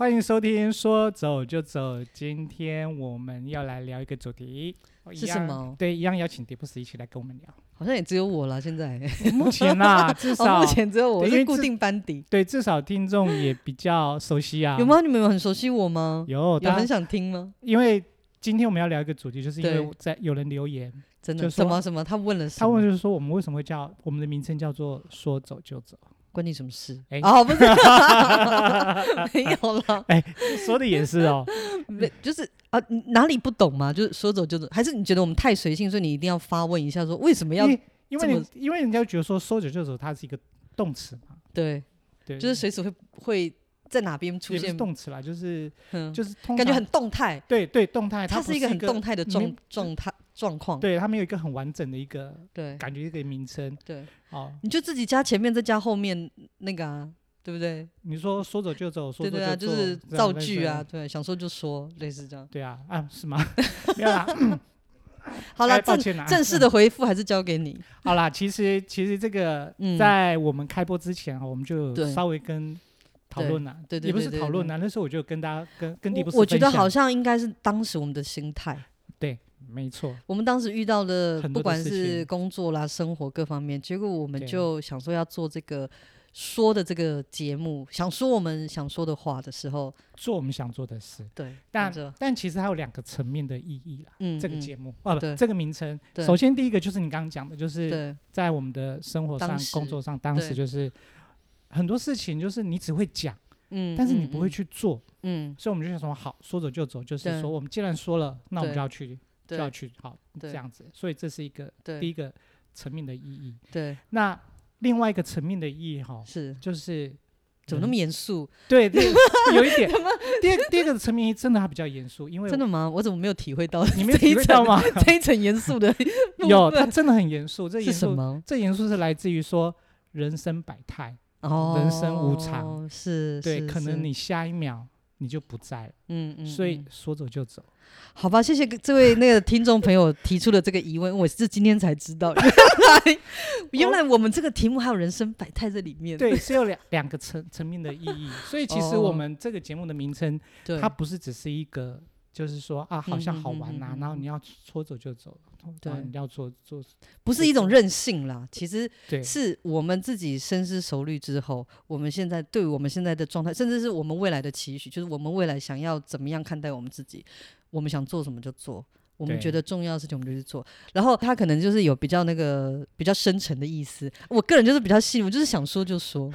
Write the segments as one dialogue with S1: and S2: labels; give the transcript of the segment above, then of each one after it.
S1: 欢迎收听，说走就走。今天我们要来聊一个主题，我一
S2: 是什
S1: 样
S2: 么
S1: 对，一样邀请 d e p s 一起来跟我 们聊。
S2: 好像也只有我了，现在
S1: 目前啊，至
S2: 哦，
S1: 少、
S2: 目前只有我
S1: 对因为
S2: 是固
S1: 这
S2: 定班底，
S1: 对至少听众也比较熟悉啊。
S2: 有？吗？你们有很熟悉我吗？
S1: 有，
S2: 有
S1: 大
S2: 很
S1: 家
S2: 想听吗？
S1: 因为今天我们要聊一个主题，就是因为
S2: 对
S1: 我在有人留言，
S2: 真
S1: 就
S2: 的？
S1: 说
S2: 什么什么？他问了什
S1: 他
S2: 么？
S1: 问就是说我们为什么会叫我们的名称叫做“说走就 走
S2: 关你什么事？
S1: 哎
S2: 哦，不是，没有啦，”？
S1: 说的也是 哦，
S2: 没就是啊，你哪里不懂吗？就是说走就走，还是你觉得我们太随性，所以你一定要发问一下，说为什么
S1: 因
S2: 要
S1: 为因为
S2: 这
S1: 人
S2: 么
S1: 因为人家觉得说“说走就走”它是一个动词嘛，
S2: 对，
S1: 对，
S2: 就是随时会会在哪边出
S1: 也不是
S2: 现，
S1: 动词啦，就是
S2: 嗯，
S1: 就是通
S2: 感觉
S1: 常
S2: 很动态，
S1: 对对，动态，它
S2: 它
S1: 不
S2: 是一个很动态的
S1: 没
S2: 状状态状况，
S1: 对，它没有一个很完整的一个
S2: 对
S1: 感觉，一个名称
S2: 对，
S1: 哦。
S2: 你就自己加前面，再加后面那个啊，对不对？
S1: 你说说走就走，说
S2: 对
S1: 做
S2: 对啊，
S1: 就
S2: 就
S1: 做
S2: 是
S1: 这样
S2: 造
S1: 类似
S2: 句
S1: 的
S2: 啊，对，想说就说，类似这样。
S1: 对啊，啊是 吗？没有啦，
S2: 好啦，
S1: 哎抱
S2: 正
S1: 歉啦，
S2: 正式的回复还是交给你。
S1: 好啦，其实其实这个
S2: 嗯
S1: 在我们开播之前啊，我们就
S2: 对
S1: 稍微跟讨论啦，
S2: 对对
S1: 也不
S2: 对
S1: 是
S2: 对
S1: 讨
S2: 对
S1: 论啦，那时候我就跟大家 跟跟蒂布
S2: 我
S1: 斯
S2: 我觉得
S1: 分享
S2: 好像应该是当时我们的心态，
S1: 对，没错，
S2: 我们当时遇到的
S1: 很多的
S2: 不管
S1: 事情
S2: 是工作啦、生活各方面，结果我们
S1: 对
S2: 就想说要做这个说的这个节目，想说我们想说的话的时候，
S1: 做我们想做的事，
S2: 对，
S1: 但
S2: 这
S1: 但其实还有两个层面的意义啦。
S2: 嗯
S1: 这个
S2: 嗯
S1: 节目啊，不，
S2: 对
S1: 这个名称，
S2: 对
S1: 首先第一个就是你刚刚讲的，就是
S2: 对
S1: 在我们的生活上
S2: 当、时
S1: 工作上，当时
S2: 对
S1: 就是很多事情，就是你只会讲，
S2: 嗯，
S1: 但是你
S2: 嗯
S1: 不会，去做，
S2: 嗯，嗯
S1: 所以我们就想说，好，说走就走，就是
S2: 对
S1: 说我们既然说了，那我们
S2: 对
S1: 就要去，就要
S2: 对
S1: 去，好，这
S2: 对
S1: 样子。所以这是一个第
S2: 对
S1: 一个层面的意义。
S2: 对，
S1: 那另外一个层面的意义哈，
S2: 是
S1: 就是
S2: 怎么那
S1: 人
S2: 么严肃？
S1: 对对， 有一点。第二第二个层面真的还比较严肃，因为
S2: 真的吗？我怎么没有体会到
S1: 你没 有
S2: 这一
S1: 体会到
S2: 层
S1: 吗？
S2: 这一层严 肃的部
S1: 有，它
S2: 分
S1: 真的很严肃。这
S2: 是
S1: 严
S2: 什
S1: 肃，
S2: 么？
S1: 这严肃是来自于说人生百态。
S2: 哦，
S1: 人生无常
S2: 是，
S1: 对，
S2: 是
S1: 可能，
S2: 是
S1: 你下一秒你就不在了，
S2: 嗯嗯，
S1: 所以
S2: 嗯
S1: 说走就走。
S2: 好吧，谢谢这位那个听众朋友提出的这个疑问，我是今天才知道，原来原来我们这个题目还有人生百态在里面，
S1: 对，是有两两个层层面的意义。所以其实我
S2: 哦
S1: 们这个节目的名称，
S2: 对，
S1: 它不是只是一个，就是说啊，好像
S2: 嗯
S1: 好
S2: 嗯
S1: 玩
S2: 嗯
S1: 呐、
S2: 嗯
S1: 然后
S2: 嗯
S1: 你要说走就走，然后
S2: 对
S1: 你要做做，
S2: 不是一种任性啦，其实
S1: 对
S2: 是我们自己深思熟虑之后，我们现在对我们现在的状态，甚至是我们未来的期许，就是我们未来想要怎么样看待我们自己，我们想做什么就做。我们
S1: 对
S2: 觉得重要的事情，我们就去做。然后他可能就是有比较那个比较深沉的意思。我个人就是比较细，我就是想说就说，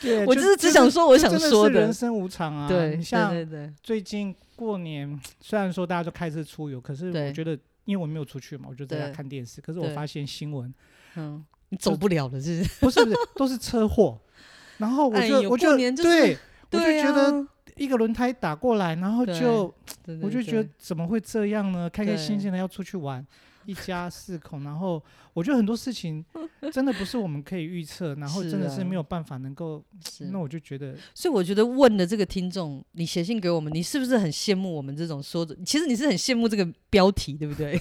S1: 对
S2: 我就是只想说我想
S1: 真的
S2: 说
S1: 是人
S2: 的。
S1: 生无常啊。
S2: 对，
S1: 你
S2: 对
S1: 像
S2: 对
S1: 最近过年，虽然说大家都开车出游，可是我
S2: 对
S1: 觉得。因为我没有出去嘛，我就在家
S2: 对
S1: 看电视。可是我
S2: 对
S1: 发现新闻
S2: 对，嗯，你走不了了，是不是？
S1: 不是不是都是车祸， 然后我
S2: 哎
S1: 就、
S2: 呦
S1: 我就
S2: 过年就是
S1: 对，我就
S2: 对
S1: 觉
S2: 啊
S1: 得一个轮胎打过来，然后
S2: 对
S1: 就
S2: 对啊
S1: 我就
S2: 对
S1: 觉得
S2: 对
S1: 怎么会这样呢？开开心
S2: 对
S1: 心的要出去玩，一家四口，然后我觉得很多事 情真的不是我们可以预测，然后
S2: 是
S1: 真的是
S2: 啊
S1: 没有办法能够。
S2: 是
S1: 那我就觉得
S2: 所以我觉得问的这个听众，你写信给我们，你是不是很羡慕我们这种说着？其实你是很羡慕这个标题，对 不对？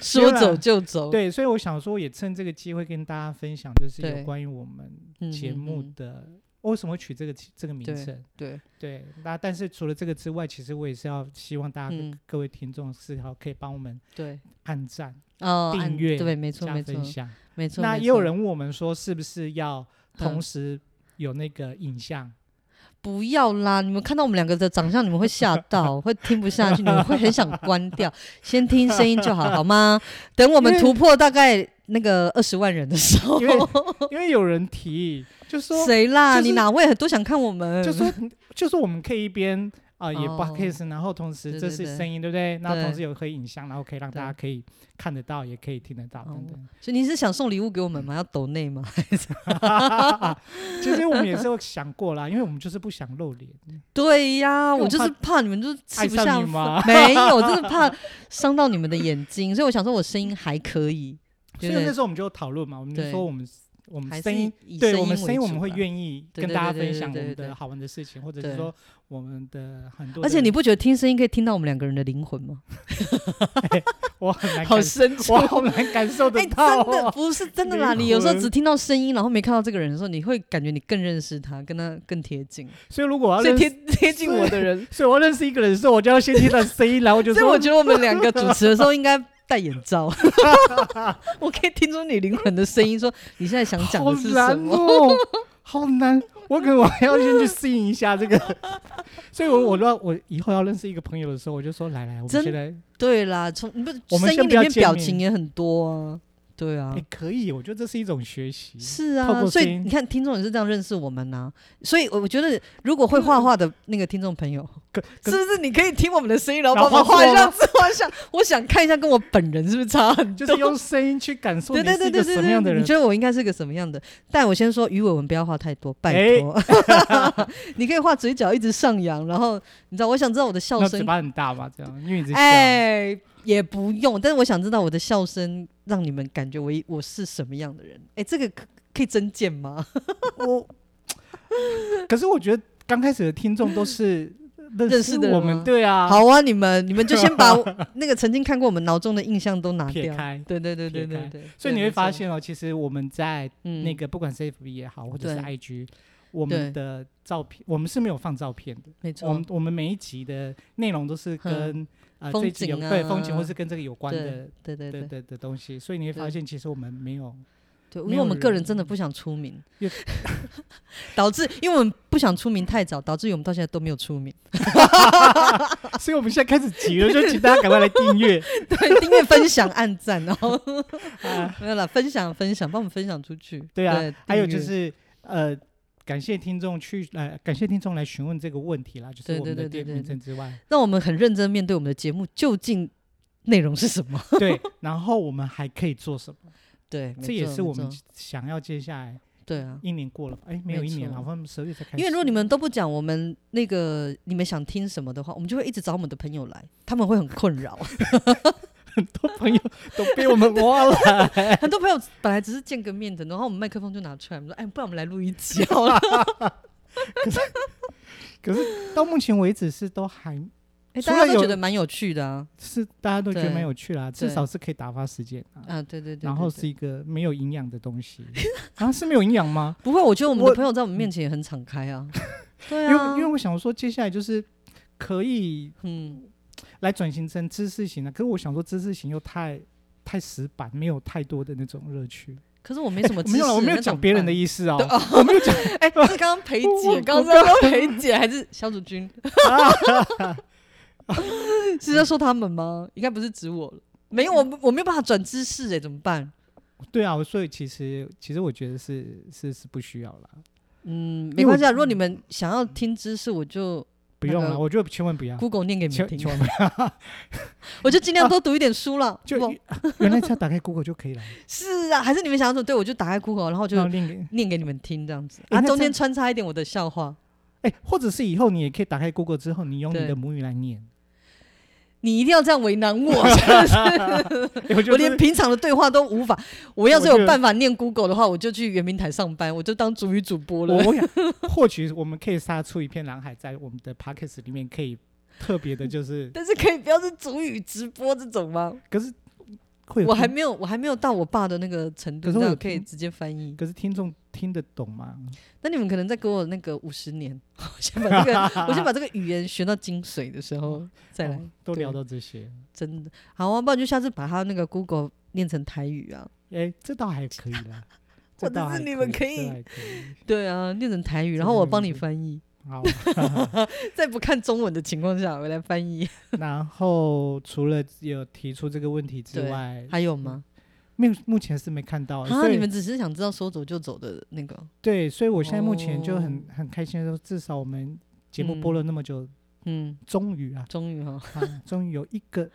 S2: 说走就走，
S1: 对，所以我想说，也趁这个机会跟大家分享，就是有
S2: 对
S1: 关于我们
S2: 嗯
S1: 节
S2: 嗯
S1: 目
S2: 嗯
S1: 的为什么会取这个这个名
S2: 对
S1: 称。
S2: 对，
S1: 对，那但是除了这个之外，其实我也是要希望大家
S2: 嗯
S1: 各位听众是好可以帮我们
S2: 对，
S1: 按赞、
S2: 哦，
S1: 订
S2: 按
S1: 阅
S2: 对，没错，
S1: 加
S2: 没错，
S1: 分享。
S2: 没错。
S1: 那
S2: 没
S1: 也有
S2: 错
S1: 人问我们说，是不是要同
S2: 嗯
S1: 时有那个影像？
S2: 不要啦！你们看到我们两个的长相，你们会吓 到，会听不下去，你们会很想关掉，先听声音就好，好吗？等我们
S1: 因为
S2: 突破大概那个二十万人的时候
S1: 因， 为因为有人提议，就说
S2: 谁啦？
S1: 就是
S2: 你哪位都想看我们？
S1: 就说就说我们可以一边啊也
S2: 哦
S1: podcast，然后同时
S2: 对
S1: 这
S2: 对
S1: 是
S2: 对
S1: 声音，对不对？那
S2: 对
S1: 同时有可以影像，然后可以让大家
S2: 对
S1: 可以看得到，也可以听得到
S2: 哦
S1: 等等。
S2: 所以你是想送礼物给我们吗？
S1: 嗯
S2: 要抖内吗？哦
S1: 其实我们也是有想过啦，因为我们就是不想露脸，
S2: 对呀，
S1: 因为我
S2: 我就是怕你们就是吃
S1: 爱
S2: 不
S1: 上
S2: 下
S1: 你吗
S2: 饭， 没有，真 的怕伤到你们的眼睛，所以我想说我声音还可以，
S1: 所
S2: 对
S1: 以
S2: 不
S1: 那
S2: 对
S1: 时候我们就讨论嘛，我们就
S2: 对
S1: 说我们我们
S2: 还
S1: 声
S2: 是
S1: 音，
S2: 以
S1: 对
S2: 声
S1: 我们
S2: 音
S1: 声音，
S2: 为
S1: 我
S2: 主
S1: 们会
S2: 吧
S1: 愿意
S2: 对
S1: 跟
S2: 对
S1: 大家
S2: 对
S1: 分
S2: 对
S1: 享我
S2: 对
S1: 们
S2: 对
S1: 的好玩的事情，或者
S2: 对
S1: 是说我们的很多的。
S2: 而且你不觉得听声音可以听到我们两个人的灵魂吗？
S1: 我很难
S2: 好
S1: 感，
S2: 深处。
S1: 我好难感受得
S2: 哎、
S1: 到
S2: 真的
S1: 哦。
S2: 不是真的啦！
S1: 灵
S2: 你有时候
S1: 魂
S2: 只听到声音，然后没看到这个人的时候，你会感觉你更认识他，跟他更贴近。
S1: 所以如果我要
S2: 所
S1: 认
S2: 以贴
S1: 识，
S2: 贴近我的人，
S1: 所以我认识一个人的时候，我就要先听他的声音，然后我就
S2: 所以我
S1: 说，
S2: 觉得我们两个主持的时候应该戴眼 罩， 我可以听出你灵魂的声音，说你现在想讲
S1: 好
S2: 的是什
S1: 难
S2: 么。
S1: 哦，好难。我可能我还要先去适应一下这个。 所以我，我说我以后要认识一个朋友的时候，我就说来来，我们
S2: 真
S1: 现在
S2: 对啦，从你不是
S1: 我们
S2: 声
S1: 先
S2: 音
S1: 不
S2: 里
S1: 要
S2: 面
S1: 见
S2: 表
S1: 面
S2: 情也很多啊，对啊
S1: 哎、，可以，我觉得这是一种学习。
S2: 是
S1: 透
S2: 啊，
S1: 过
S2: 所
S1: 声
S2: 以
S1: 音
S2: 你看听众也是这样认识我们呐、所以我我觉得如果会画画的那个听众朋友，
S1: 可可
S2: 是不是你可以听我们的声音，然后
S1: 然后
S2: 帮我画一
S1: 画
S2: 下自画像？我想看一下跟我本人是不是差很
S1: 就
S2: 多。
S1: 是用声音去感受
S2: 对
S1: 你
S2: 对
S1: 是
S2: 对
S1: 一个什
S2: 对对
S1: 么样的
S2: 对，
S1: 人
S2: 你。觉得我应该是个什么样的？但我先说鱼尾纹不要画太多，拜
S1: 哎
S2: 托。你可以画嘴角一直上扬，然后你知道，我想知道我的笑
S1: 那
S2: 声
S1: 嘴巴很大嘛，这样，因为你是笑。
S2: 哎、也不用，但是我想知道我的笑声让你们感觉我一我是什么样的人。哎、这个可可以增减吗？
S1: 我， 可是我觉得刚开始的听众都是
S2: 认
S1: 认
S2: 识的人
S1: 我们，
S2: 吗
S1: 对啊，
S2: 好啊，你们你们就先把 那个曾经看过我们脑中的印象都拿
S1: 撇
S2: 掉。
S1: 开。
S2: 对对对对
S1: 撇
S2: 对
S1: 开
S2: 对，
S1: 所以
S2: 对
S1: 你
S2: 没
S1: 会发
S2: 错
S1: 现哦，其实我们在
S2: 嗯
S1: 那个不管是 FB 也好，或者是
S2: 对
S1: IG，我们
S2: 对
S1: 的照片，我们是没有放照片的。
S2: 没
S1: 我
S2: 错
S1: 们，我们每一集的内容都是
S2: 嗯
S1: 跟呃
S2: 风
S1: 这一集有
S2: 景
S1: 对风景
S2: 啊
S1: 或是跟这个有关的
S2: 对对
S1: 的
S2: 对
S1: 的的东西，所以你会发
S2: 对
S1: 现其实我们没有
S2: 对，因
S1: 没
S2: 为
S1: 有
S2: 我们个人
S1: 人
S2: 真的不想出名
S1: 又，
S2: 导致因为我们不想出名太早，导致于我们到现在都没有出名。
S1: 所以我们现在开始急了，就请大家赶快来订 阅。
S2: 对，订阅、分享、按赞，然后
S1: 啊
S2: 没有啦，分享分享，帮我们分享出去。
S1: 对啊，还有就
S2: 订阅
S1: 是呃，感谢听众去呃，感谢听众来询问这个问题啦，就是
S2: 对
S1: 我们
S2: 对
S1: 的
S2: 对
S1: 电
S2: 对
S1: 名
S2: 对
S1: 称之外，
S2: 让我们很认真面对我们的节目究竟内容是什么。
S1: 对，然后我们还可以做什么？
S2: 对，没
S1: 这也
S2: 错
S1: 是
S2: 没
S1: 我们
S2: 错
S1: 想要接下来
S2: 对啊。
S1: 一年过了吧，哎，没有
S2: 没
S1: 一年
S2: 错
S1: 了，我们十二月才开始。
S2: 因为如果你们都不讲我们那个你们想听什么的话，我们就会一直找我们的朋友来，他们会很困 扰。
S1: 很多朋友 都被我们挖 了，
S2: 很多朋友本来只是见个面的，然后我们麦克风就拿出来，我们说：“哎，不然我们来录一集好 了。
S1: 可是到目前为止是都还
S2: 哎，
S1: 除
S2: 大家
S1: 了
S2: 都
S1: 有
S2: 觉得蛮有趣的啊。
S1: 是大家都觉得蛮
S2: 对
S1: 有趣啦，至
S2: 对
S1: 少是可以打发时间啊。
S2: 啊，对对对对
S1: 然后
S2: 对
S1: 是一个没有营养的东西啊，是没有营养吗？
S2: 不会，我觉得我们的
S1: 我
S2: 朋友在我们面前也很敞开 啊。对
S1: 因为
S2: 啊，
S1: 因为我想说，接下来就是可以
S2: 嗯，
S1: 来转型成知识型的，可是我想说，知识型又太太死板，没有太多的那种乐趣。
S2: 可是 我没什么知识，
S1: 没有啦，我没有
S2: 那怎么
S1: 讲别人
S2: 办
S1: 的意思哦
S2: 对，
S1: 我没有讲
S2: 哎，是刚刚裴姐，
S1: 我
S2: 刚刚是说裴姐还是小主 君？是在说他们吗？应该不是指我了。没有，我不我没有办法转知识哎，怎么办？
S1: 对啊，所以其实其实我觉得是是是不需要啦，
S2: 嗯，
S1: 因
S2: 没
S1: 为
S2: 关
S1: 我
S2: 系啊。如果你们想要听知识，我就
S1: 不
S2: 那
S1: 用
S2: 个
S1: 了，我觉得千万不要，
S2: Google 念给你
S1: 千千
S2: 们听，
S1: 万不要，
S2: 我就尽量多读一点书了。
S1: 就
S2: 不
S1: 原来只要打开 Google 就可以 了，
S2: 是啊，还是你们想要什么？对我就打开 Google，然后
S1: 然
S2: 就
S1: 后另一个
S2: 念给你们听这样子。
S1: 哎
S2: 啊，
S1: 那
S2: 中
S1: 这样
S2: 间穿插一点我的笑话。
S1: 哎，或者是以后你也可以打开 Google 之后，你用你
S2: 对
S1: 的母语来 念，
S2: 你一定要这样为难 我，真的是。
S1: 哎我觉
S2: 我
S1: 得
S2: 连
S1: 这
S2: 平常的对话都无法。我要是
S1: 我觉
S2: 有
S1: 得
S2: 办法念 Google 的话，我就去圆明台上班，我就当主语主播
S1: 我
S2: 了。
S1: 我想，或许我们可以杀出一片蓝海，在我们的 p o c k e t 里面可以特别的，就是
S2: 但是可以不要是主语直播这种吗？
S1: 可是会有
S2: 我
S1: 听
S2: 还没有，我还没有到我爸的那个程度，
S1: 可是我
S2: 那
S1: 有
S2: 可以
S1: 听
S2: 直接翻译。
S1: 可是听众听得懂吗？
S2: 那你们可能再给我那个五十年， 我先把这个，我先把这个语言学到精髓的时候再来
S1: 哦，都
S2: 对
S1: 聊到这些，
S2: 真的好啊，不然就下次把他那个 Google 念成台语啊。
S1: 哎，这倒还可以啦。 这
S2: 或者
S1: 倒
S2: 是
S1: 还
S2: 你们可
S1: 可
S2: 以
S1: 这还可以
S2: 对啊，念成台语，然
S1: 这
S2: 后
S1: 个
S2: 我
S1: 没
S2: 帮
S1: 问
S2: 你
S1: 题
S2: 翻译，
S1: 好。
S2: 在不看中文的情况下，我来翻译。
S1: 然后除了有提出这个问题之
S2: 对
S1: 外，
S2: 还有吗？
S1: 没有目前是没看到。
S2: 啊，
S1: 哦所
S2: 你
S1: 以
S2: 们只是想知道说走就走的那个，
S1: 对，所以我现在目前就很
S2: 哦
S1: 很开心，说至少我们节目播
S2: 嗯
S1: 了那么久，
S2: 嗯，
S1: 终于 啊，
S2: 终于哈，
S1: 啊终于有一个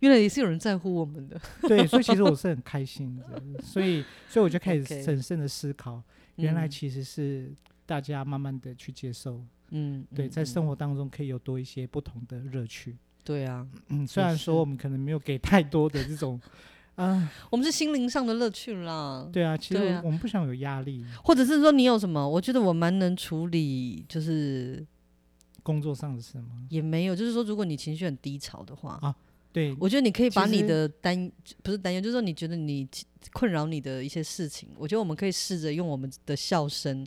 S2: 原来也是有人在乎我们的。嗯
S1: 对，所以其实我是很开心 的，所以所以我就开
S2: OK
S1: 始审慎的思考，原来
S2: 嗯
S1: 其实是大家慢慢的去接受，
S2: 嗯，
S1: 对，
S2: 嗯
S1: 在
S2: 嗯
S1: 生活当中可以有多一些不同的乐趣。
S2: 对啊，
S1: 嗯，虽
S2: 也
S1: 然
S2: 是
S1: 说我们可能没有给太多的这种啊，
S2: 我们是心灵上的乐趣啦。
S1: 对啊，其实
S2: 对啊
S1: 我们不想有压力，
S2: 或者是说你有什么？我觉得我蛮能处理，就是
S1: 工作上的事吗？
S2: 也没有，就是说如果你情绪很低潮的话，
S1: 对，
S2: 我觉得你可以把
S1: 其
S2: 你
S1: 实
S2: 的担不是担忧，就是说你觉得你困扰你的一些事情，我觉得我们可以试着用我们的笑声，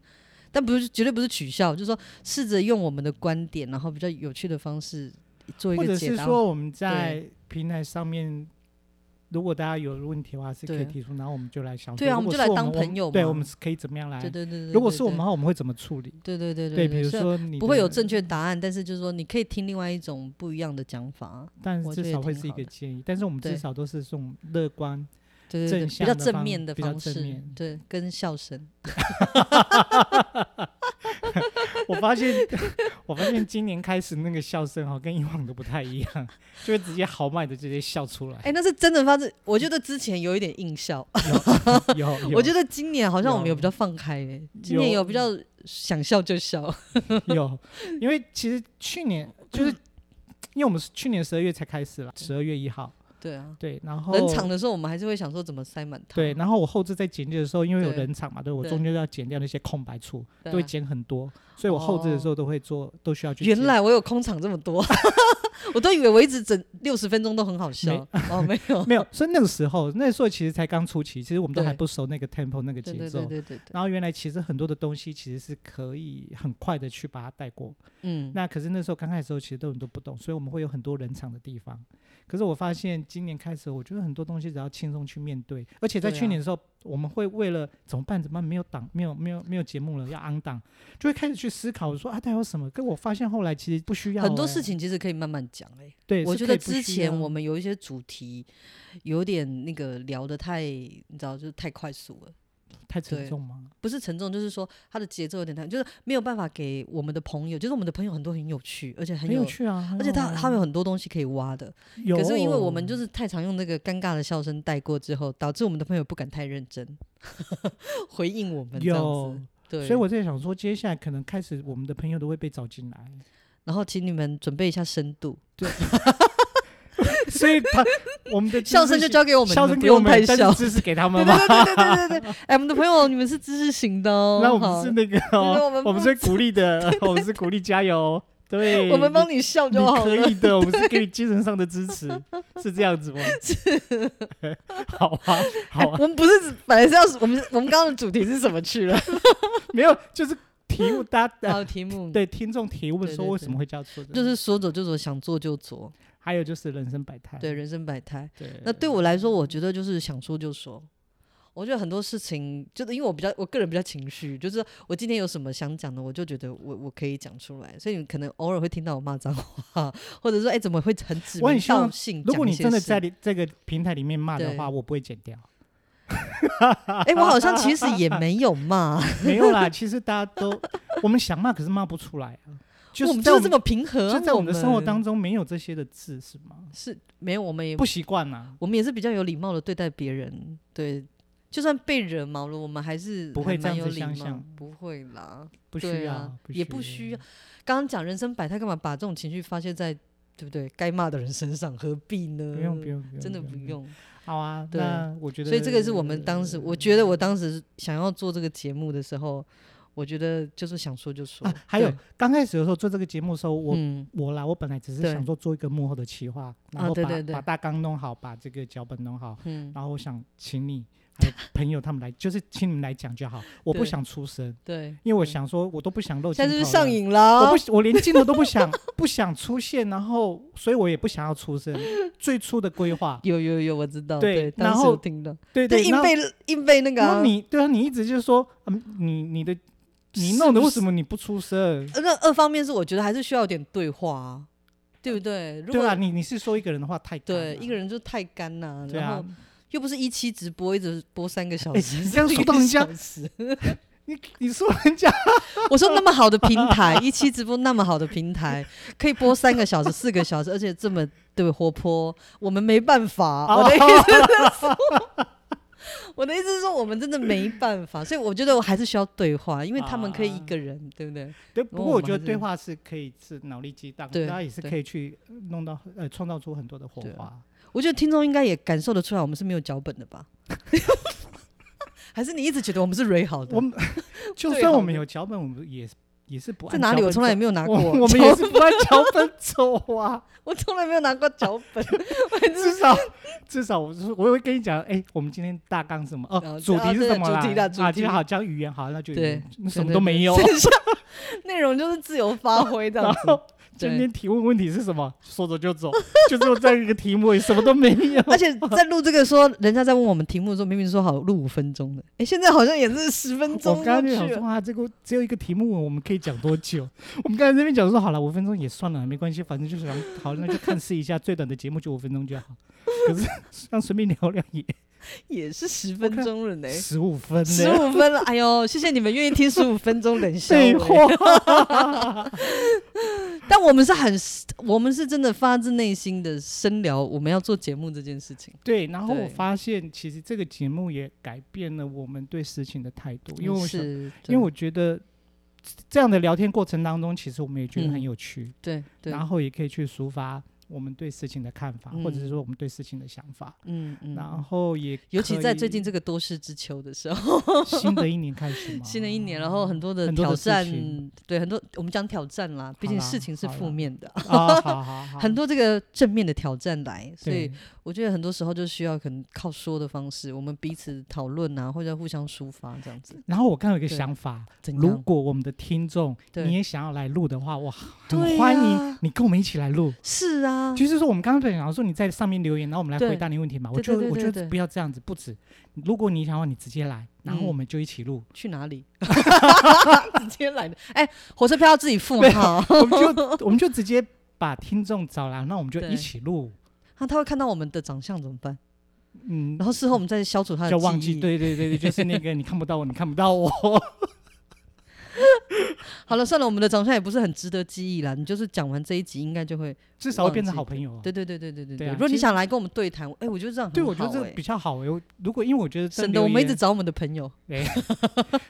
S2: 但不是绝对不是取笑，就是说试着用我们的观点，然后比较有趣的方式做一
S1: 或
S2: 个
S1: 者
S2: 解
S1: 是
S2: 答。
S1: 说我们在平台上面，如果大家有问题的话，是可以
S2: 对
S1: 提出，然后我们就来想说。
S2: 对啊
S1: 如
S2: 我们
S1: 果
S2: 就是来当
S1: 我们
S2: 朋友
S1: 对，
S2: 嘛
S1: 我们是可以怎么样来？
S2: 对对对对，
S1: 如果
S2: 对
S1: 是我们
S2: 对
S1: 的话，我们会怎么处理？
S2: 对对对
S1: 对，比如
S2: 虽然
S1: 说你
S2: 不会有
S1: 的
S2: 正，确答案，但是就是说你可以听另外一种不一样的讲 法，
S1: 但
S2: 我觉
S1: 至
S2: 得
S1: 少
S2: 也
S1: 会
S2: 挺
S1: 是一
S2: 好
S1: 个
S2: 的
S1: 建议。但是我们至
S2: 对
S1: 少都是这种乐观，
S2: 对对
S1: 正
S2: 对，比
S1: 向
S2: 较
S1: 的
S2: 正
S1: 方
S2: 面的
S1: 比较
S2: 方
S1: 正
S2: 式
S1: 面，
S2: 对，跟笑声。
S1: 我发现， 我发现今年开始那个笑声哈、哦跟以往都不太一样，就会直接豪迈的直接笑出 来。
S2: 哎，那是真的发自，我觉得之前有一点硬笑，
S1: 有，有
S2: 我觉得今年好像我们
S1: 有
S2: 有比较放开、欸，今年
S1: 有
S2: 有比较想笑就笑。
S1: 有，因为其实去年就是，
S2: 嗯
S1: 因为我们是去年十二月才开始了，十二月一号，
S2: 对啊，
S1: 对，然后
S2: 冷场的时候我们还是会想说怎么塞满它。
S1: 对，然后我后置在剪辑的时候，因为有
S2: 对
S1: 冷场嘛，对我
S2: 对
S1: 中间要剪掉那些空白处，
S2: 对啊哦
S1: 都会剪很多，所以我后置的时候都会做，都需要去剪。，
S2: 原来我有空场这么多， 我都以为我一直整六十分钟都很好笑。 哦，没 有
S1: 没有，所以那个时候，那时候其实才刚出期，其实我们都还
S2: 对
S1: 不熟那个 tempo 那个
S2: 对
S1: 节
S2: 对
S1: 奏
S2: 对。对对对，
S1: 然后原来其实很多的东西其实是可以很快的去把它带过，
S2: 嗯，
S1: 那可是那时候刚开始的时候，其实都很多不懂，所以我们会有很多冷场的地方。可是我发现今年开始，我觉得很多东西只要轻松去面对，而且在
S2: 对啊
S1: 去年的时候，我们会为了怎么办？怎么办？没有档，没有没有没有节目了，要 on 档，就会开始去思考说啊，它有什么？可我发现后来其实不需要、
S2: 很多
S1: 欸
S2: 事，情其实可以慢慢讲哎、
S1: 对，
S2: 我
S1: 是
S2: 觉
S1: 可
S2: 得
S1: 以不
S2: 之
S1: 需要
S2: 前我们有一些主题有点那个聊得太，你知道，就是太快速了。
S1: 太沉
S2: 对
S1: 重吗？
S2: 不是沉重，就是说它的节奏有点太，就是没有办法给我们的朋友，就是我们的朋友很多很有趣，而且很
S1: 很有趣啊，
S2: 而且他他
S1: 们
S2: 们有很多东西可以挖的，
S1: 有，哦
S2: 可是因为我们就是太常用那个尴尬的笑声带过之后，导致我们的朋友不敢太认真 回应我们这样
S1: 有
S2: 子。，对，
S1: 所以我在想说，接下来可能开始我们的朋友都会被找进来，
S2: 然后请你们准备一下深 度，
S1: 所以他我们的知
S2: 笑声
S1: 识
S2: 就
S1: 性
S2: 交给我们，
S1: 笑声
S2: 你们不
S1: 给我
S2: 用
S1: 们
S2: 太，
S1: 但
S2: 笑
S1: 是。知识给他
S2: 对
S1: 们
S2: 对
S1: 吧。
S2: 对对对对对，哎，我们的朋友，你们是知识型的哦，
S1: 那我
S2: 好
S1: 们是那个
S2: 对我
S1: 哦
S2: 们，
S1: 我们
S2: 不
S1: 是鼓励的，我们是鼓励加油，对，
S2: 我们帮
S1: 你
S2: 你笑
S1: 你
S2: 就好
S1: 可
S2: 了。
S1: 以啊的，我们是给你精神上的支持，是这样子吗？好啊，
S2: 哎
S1: 好啊，
S2: 我们不是本来是要我们我们刚刚的主题是什么去了？
S1: 没有，就是提问大家
S2: 还
S1: 呃
S2: 有题目，
S1: 对听众提问
S2: 对
S1: 说
S2: 对
S1: 为什
S2: 对
S1: 么会叫错的，
S2: 就是说走就走，想做就做，
S1: 还有就是人生百态，
S2: 对人生百态。
S1: 对，
S2: 那对我来说，我觉得就是想说就说。我觉得很多事情，就是因为我比较，我个人比较情绪，就是我今天有什么想讲的，我就觉得我我可以讲出来，所以你可能偶尔会听到我骂脏话， 或者说哎、怎么会很指
S1: 我很
S2: 名
S1: 希望
S2: 道姓
S1: 如果
S2: 讲一
S1: 你
S2: 些
S1: 真的
S2: 事
S1: 在里这个平台里面骂的
S2: 对
S1: 话，我不会剪掉。
S2: 哎、我好像其实 也没有骂，
S1: 没有啦，其实大家都我们想骂，可是骂不出来啊。 就
S2: 我
S1: 是
S2: 们
S1: 在
S2: 就
S1: 我
S2: 是这
S1: 们
S2: 么平和、啊，
S1: 就在我们的生活当
S2: 中
S1: 中没有这些的字是吗？
S2: 是没有，我们也
S1: 不习惯啊呐，
S2: 我们也是比较有礼貌的对待别人，对，就算被惹毛了，我们还是
S1: 不会
S2: 还
S1: 这样
S2: 蛮有
S1: 子
S2: 礼
S1: 相
S2: 貌
S1: 向，
S2: 不会啦，
S1: 不需
S2: 对
S1: 要，
S2: 啊，也不需
S1: 要
S2: 要。。刚刚讲人生百态，干嘛把这种情绪发泄在对不对该骂的人身上？何必呢？
S1: 不用不，用不用，
S2: 真的不。用。
S1: 好啊，
S2: 对
S1: 那我觉得，
S2: 所以这个是我们当时，我觉得我当时想要做这个节目的时候，我觉得就是想说就说
S1: 啊。，还有
S2: 对
S1: 刚开始的时候做这个节目的时候，我
S2: 嗯，
S1: 我啦，我本来只是
S2: 对
S1: 想说做一个幕后的企划，然
S2: 啊
S1: 后
S2: 对
S1: 把
S2: 对对
S1: 把大纲弄好，把这个脚本弄好，
S2: 嗯，
S1: 然后我想请你还有朋友他们来，就是请你们来讲就好，我不
S2: 对
S1: 想出声，
S2: 对，
S1: 因为我
S2: 对，
S1: 想说我都不想露镜
S2: 现
S1: 头了，
S2: 在是不是上瘾了
S1: 我？不，我连镜头都不想，不想出现，然后，所以我也不想要出声。最初的规划，
S2: 有有有，我知道，
S1: 对
S2: 对，当
S1: 然
S2: 时
S1: 后
S2: 有听到，
S1: 对
S2: 对，
S1: 然
S2: 硬
S1: 后
S2: 被硬被那个
S1: 然
S2: 啊
S1: 后。你对啊，你一直就说，嗯，你你的你弄的，为什么你不出声？
S2: 呃那二方面是我觉得还是需要有点对话啊，对不对？如
S1: 对啊，
S2: 果
S1: 你你是说一个人的话太干
S2: 对
S1: 了
S2: 一个人就太干了，
S1: 啊对
S2: 然
S1: 啊
S2: 后，又不是一期直播，一直播三个小
S1: 哎
S2: 时，
S1: 这样说到人家
S2: 4个小时
S1: 你你说人 家
S2: 我说那么好的平 台，一期直播那么好的平台，可以播三个小时、四个 小时，而且这么对活泼，我们没办法。
S1: 哦
S2: 我的意思是说， 我的意思是说，我们真的没办法，所以我觉得我还是需要对话，因为他们可以一个人，对不对？
S1: 对，不
S2: 我
S1: 过我
S2: 们
S1: 觉得
S2: 还
S1: 对
S2: 是
S1: 话是可以是脑力激荡，大
S2: 对
S1: 家也是
S2: 对
S1: 可以去弄到呃创造出很多的火
S2: 对啊
S1: 花。
S2: 我觉得听众应该也感受得出来，我们是没有脚本的吧？ 还是你一直觉得我们是蕊好的？
S1: 我 们就
S2: 最
S1: 算
S2: 好
S1: 我们
S2: 的
S1: 有脚本，我们也是也是不按
S2: 在哪里？
S1: 脚
S2: 我
S1: 本
S2: 从来也
S1: 走
S2: 没有拿过，
S1: 我我们也是不按脚本走啊。
S2: 我从来没有拿过脚 本，我真是
S1: 至少至少我是我会跟你讲，哎、我们今天大纲是什么？哦、
S2: 啊
S1: 主题是
S2: 对啊
S1: 什么
S2: 对
S1: 啦？
S2: 啊主题啦主
S1: 啊，
S2: 题
S1: 今天好讲语言，好，那就语
S2: 对
S1: 言那什
S2: 对
S1: 么
S2: 对
S1: 都
S2: 对
S1: 没有。
S2: 内容就是自由发挥这 样
S1: 然
S2: 子。
S1: 后
S2: 对
S1: 今天提问问题是什么？说走就走， 就只有这样一个题目，什么都没 有。
S2: 而且在录这个说，人家在问我们题目的时候，明明说好录五分钟的，哎，现在好像也是十分
S1: 我
S2: 钟
S1: 刚
S2: 过
S1: 刚
S2: 去
S1: 就想
S2: 了
S1: 说啊，这个只有一个题目，我们可以讲多久？我们刚才这边讲说好了，五分钟也算了，没关系，反正就是想好，那就看试一下，最短的节目就五分钟就好。可 是让随便聊聊也
S2: 也是十分钟了呢，
S1: 十五分
S2: 十
S1: 呢，
S2: 五分了。哎呦，谢谢你们愿意听十五分钟冷笑
S1: 废
S2: 话。
S1: 话。
S2: 但我们是很，我们是真的发自内心的深聊，我们要做节目这件事情。
S1: 对，然后我
S2: 对
S1: 发现其实这个节目也改变了我们对事情的态度，因为我想，
S2: 是，
S1: 因为我觉得这样的聊天过程当中，其实我们也觉得很
S2: 嗯
S1: 有趣，
S2: 对对，
S1: 然后也可以去抒发我们对事情的看法，或者
S2: 嗯
S1: 是说我们对事情的想法，
S2: 嗯嗯，
S1: 然后也
S2: 尤其
S1: 可
S2: 在最近
S1: 以
S2: 这个多事之秋的时候，
S1: 新的一年开始嘛，
S2: 新的一年，然后很多的
S1: 很多的
S2: 挑
S1: 事
S2: 战
S1: 情，
S2: 对，很多我们讲挑战啦，毕竟
S1: 好啦
S2: 事情是
S1: 好
S2: 负
S1: 啦
S2: 面的，
S1: 啊，好好好，
S2: 很多这个正面的挑战来，所以
S1: 对
S2: 我觉得很多时候就需要可能靠说的方式，我们彼此讨论啊，或者互相抒发这样子。
S1: 然后我刚有一个
S2: 对
S1: 想法，
S2: 怎
S1: 嗯如
S2: 样？
S1: 果我们的听众
S2: 对
S1: 你也想要来录的话，哇，
S2: 对
S1: 很欢迎
S2: 啊
S1: 你跟我们一起来录。
S2: 是啊，
S1: 就是说，我们刚刚在讲说你在上面留言，然后我们来
S2: 对
S1: 回答你问题嘛。我
S2: 对
S1: 就
S2: 对对
S1: 我
S2: 对
S1: 就
S2: 对
S1: 不要这样子，不止。如果你想要，你直接来，然后我们就一起 录，
S2: 去哪里？直接来的。哎、火车票要自己付
S1: 对
S2: 哈。
S1: 我们就我们就直接把听众找来，那我们就
S2: 对
S1: 一起录。
S2: 那、啊他会看到我们的长相怎么办？
S1: 嗯
S2: 然，后事后我们再消除他的
S1: 就忘
S2: 记
S1: 记，
S2: 忆。
S1: 对对 对对，就是那个你看不到我，你看不到我。
S2: 好了，算了，我们的长相也不是很值得记忆啦。你就是讲完这一集，应该就会。
S1: 至少会变成
S2: 忘记
S1: 好朋友啊。
S2: 对对对对对对
S1: 对啊
S2: 如果
S1: 其
S2: 你
S1: 实
S2: 想来跟我们对谈，哎、我觉得这样很
S1: 对，我觉得
S2: 好
S1: 这
S2: 哎
S1: 比较好哎。我如果因为我觉得这
S2: 省得我们
S1: 留
S2: 一直
S1: 言
S2: 找我们的朋友。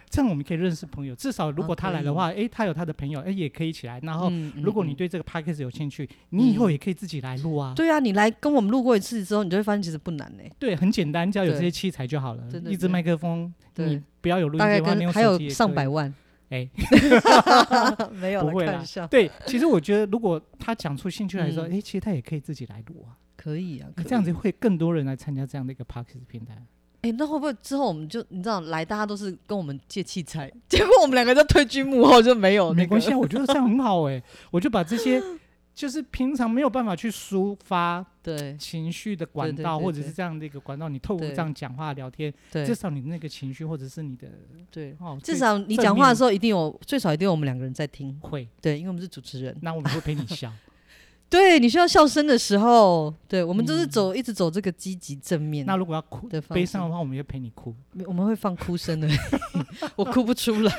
S1: 这样，我们可以认识朋友。至少如
S2: 啊
S1: 果他
S2: 可
S1: 来的
S2: 以
S1: 话，哎，他有他的朋友，哎，也可以一起来。然后，
S2: 嗯嗯
S1: 如果你
S2: 嗯
S1: 对这个 podcast 有兴趣，你以后
S2: 嗯
S1: 也可以自己来录啊。
S2: 对啊，你来跟我们录过一次之后，你就会发现其实不难哎呢、
S1: 对，很简单，只要有这
S2: 对
S1: 些器材就好了。
S2: 对对
S1: 一支
S2: 对
S1: 麦克风，你
S2: 对
S1: 不要有录音
S2: 大
S1: 机
S2: 概
S1: 的话，你
S2: 跟
S1: 用
S2: 还
S1: 手
S2: 有
S1: 机也
S2: 上
S1: 可以
S2: 百。万，
S1: 哎，
S2: 没有
S1: 不
S2: 了，
S1: 会
S2: 开
S1: 啦
S2: 玩笑，
S1: 对，其实我觉得如果他讲出兴趣来说，
S2: 嗯
S1: 哎，其实他也可以自己来录啊。
S2: 可以啊，可以
S1: 这样子。会更多人来参加这样的一个 podcast 平台。
S2: 哎、那会不会之后我们就你知道来，大家都是跟我们借器材， 结果我们两个在退居幕后就没哦有、那
S1: 没
S2: 个
S1: 关系，啊，我觉得这样很好哎、我就把这 些就是平常没有办法去抒发
S2: 对
S1: 情绪的管
S2: 对
S1: 道，
S2: 对
S1: 或者
S2: 对
S1: 是这样的一个管道，你透过
S2: 对
S1: 这样讲话聊天，至
S2: 对
S1: 少你那个情绪或者是你的
S2: 对，
S1: 哦，
S2: 至
S1: 最
S2: 少你
S1: 正
S2: 讲话
S1: 面
S2: 的时候一定有最少一定有我们两个人在听，
S1: 会，
S2: 对，因为我们是主持人。
S1: 那我们会陪你 笑。
S2: 对你需要笑声的时候，对我们就是
S1: 嗯
S2: 走、一直走这个积极正面。
S1: 那如果要哭
S2: 的方
S1: 悲
S2: 式
S1: 伤的话，我们也陪你哭。
S2: 没我们会放哭声的， 我哭不出 来。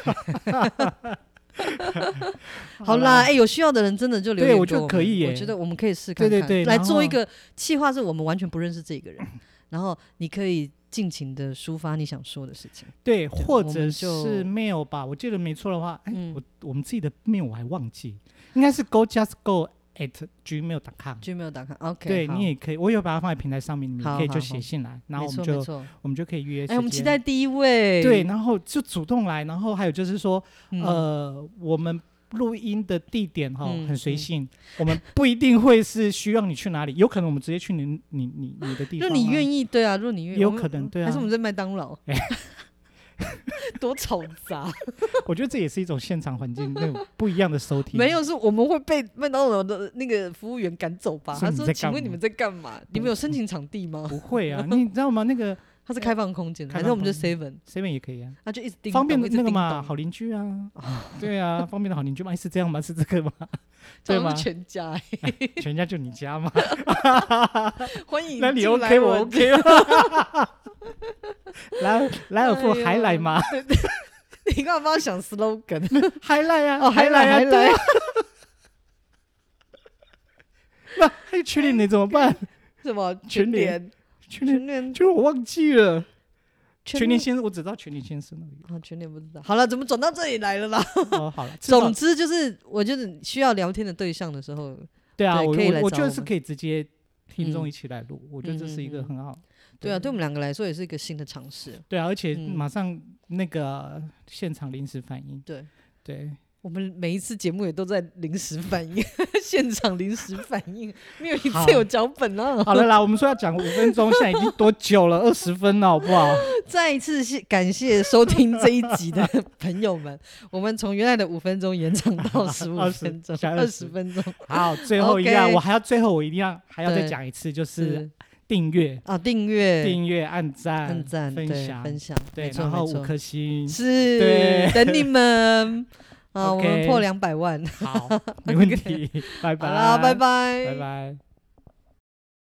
S2: 好啦，哎、有需要的人真的就留言
S1: 对我
S2: 给
S1: 觉得
S2: 们
S1: 可以耶
S2: 我觉得我们可以试看看，
S1: 对对对
S2: 来
S1: 然
S2: 做一
S1: 后
S2: 个计划，是我们完全不认识这个人，然后你可以尽情的抒发你想说的事情。
S1: 对，或
S2: 我们
S1: 者是
S2: 就
S1: mail 吧，我记得没错的话，哎、
S2: 嗯
S1: 我我们自己的 mail 我还忘记，应该是 go just go at gmail.com。
S2: Gmail 打开，OK，
S1: 对
S2: 好
S1: 你也可以，我有把它放在平台上面，你
S2: 好
S1: 可以
S2: 好
S1: 就写
S2: 好
S1: 信来，然后
S2: 没
S1: 我们
S2: 错
S1: 就
S2: 没错。
S1: 我们就可以约时间。
S2: 哎，我们期待第一位。
S1: 对，，然后就主动来，然后还有就是说，
S2: 嗯、
S1: 呃，我们录音的地点哈、
S2: 嗯
S1: 很随
S2: 嗯
S1: 性，我们不一定会是需要你去哪里，有可能我们直接去你你你你的地
S2: 如
S1: 方、啊。
S2: 果你愿意，对啊，如果你愿意，
S1: 有
S2: 我们
S1: 可能对啊哎
S2: 还是我们在麦当劳， 多嘈 杂。
S1: 我觉得这也是一种现场环境那种不一样的收听。
S2: 没有，是我们会被麦当劳的那个服务员赶走吧？
S1: 说
S2: 他
S1: 你
S2: 说
S1: 在：“
S2: 请
S1: 干
S2: 问你
S1: 嘛
S2: 们在干嘛？你们有申请场地吗
S1: 不会啊，你知道吗？那个？”
S2: 它是开放空间的，
S1: 开
S2: 还
S1: 放
S2: 是我们就
S1: 空间
S2: seven？
S1: seven 也可以啊，
S2: 他就一直叮
S1: 方便
S2: 咚
S1: 的
S2: 一直
S1: 那个
S2: 叮
S1: 嘛，
S2: 咚
S1: 好邻居啊， 对啊，方便的好邻居嘛，哎是这样吗？是这个 吗？
S2: 这
S1: 对
S2: 样
S1: 吗
S2: 是？全家欸
S1: 全家就你家 吗？
S2: 欢迎进
S1: 那
S2: 来玩。
S1: 你 OK 我 OK 吗？ 莱尔莱
S2: 哎
S1: 尔富还来吗？
S2: 你干嘛帮我想 slogan？
S1: 还来啊，
S2: 哦还来
S1: 啊，
S2: 还来
S1: 对啊。那还确定你怎么 办？
S2: 什么
S1: 全联
S2: 联？
S1: 确定
S2: 全联？
S1: 就是我忘记了。
S2: 全
S1: 全年先生，我只知道全年先生而 已。
S2: 啊，全联不知道。好了，怎么转到这里来了啦？
S1: 哦，好了，至少
S2: 总之就是，我觉得需要聊天的对象的时候，
S1: 对啊，
S2: 对
S1: 我
S2: 可以
S1: 我
S2: 来
S1: 我
S2: 找
S1: 觉得
S2: 我
S1: 是
S2: 们
S1: 可以直接听众
S2: 嗯
S1: 一起来录，我觉得这是一个
S2: 嗯嗯嗯
S1: 很好。
S2: 对啊，对我们两个来说也是一个新的尝试。
S1: 对啊，而且
S2: 嗯
S1: 马上那个现场临时反应，
S2: 对
S1: 对，
S2: 我们每一次节目也都在临时反应， 现场临时反应， 没有一
S1: 好
S2: 次有脚本啊。
S1: 好了啦，我们说要讲五分钟，现在已经多久了？ 二十分了，好不好？
S2: 再一次谢感谢收听这一集的朋友们， 我们从原来的五分钟延长到十五
S1: 20
S2: 分钟，
S1: 加
S2: 二
S1: 20
S2: 十分钟
S1: 好，最后一样，
S2: OK
S1: 我还要最后我一定要还要再
S2: 对
S1: 讲一次，就是
S2: 是
S1: 订阅、
S2: 啊，订阅、
S1: 订阅、按赞、
S2: 按赞、
S1: 分
S2: 对
S1: 享，
S2: 分享，
S1: 对，
S2: 没错
S1: 然后
S2: 没错
S1: 五颗 星，
S2: 是
S1: 对
S2: 等你 们啊，我
S1: OK
S2: 们破两百万，
S1: 好，没问题，拜拜，
S2: 好啦，拜拜，
S1: 拜拜。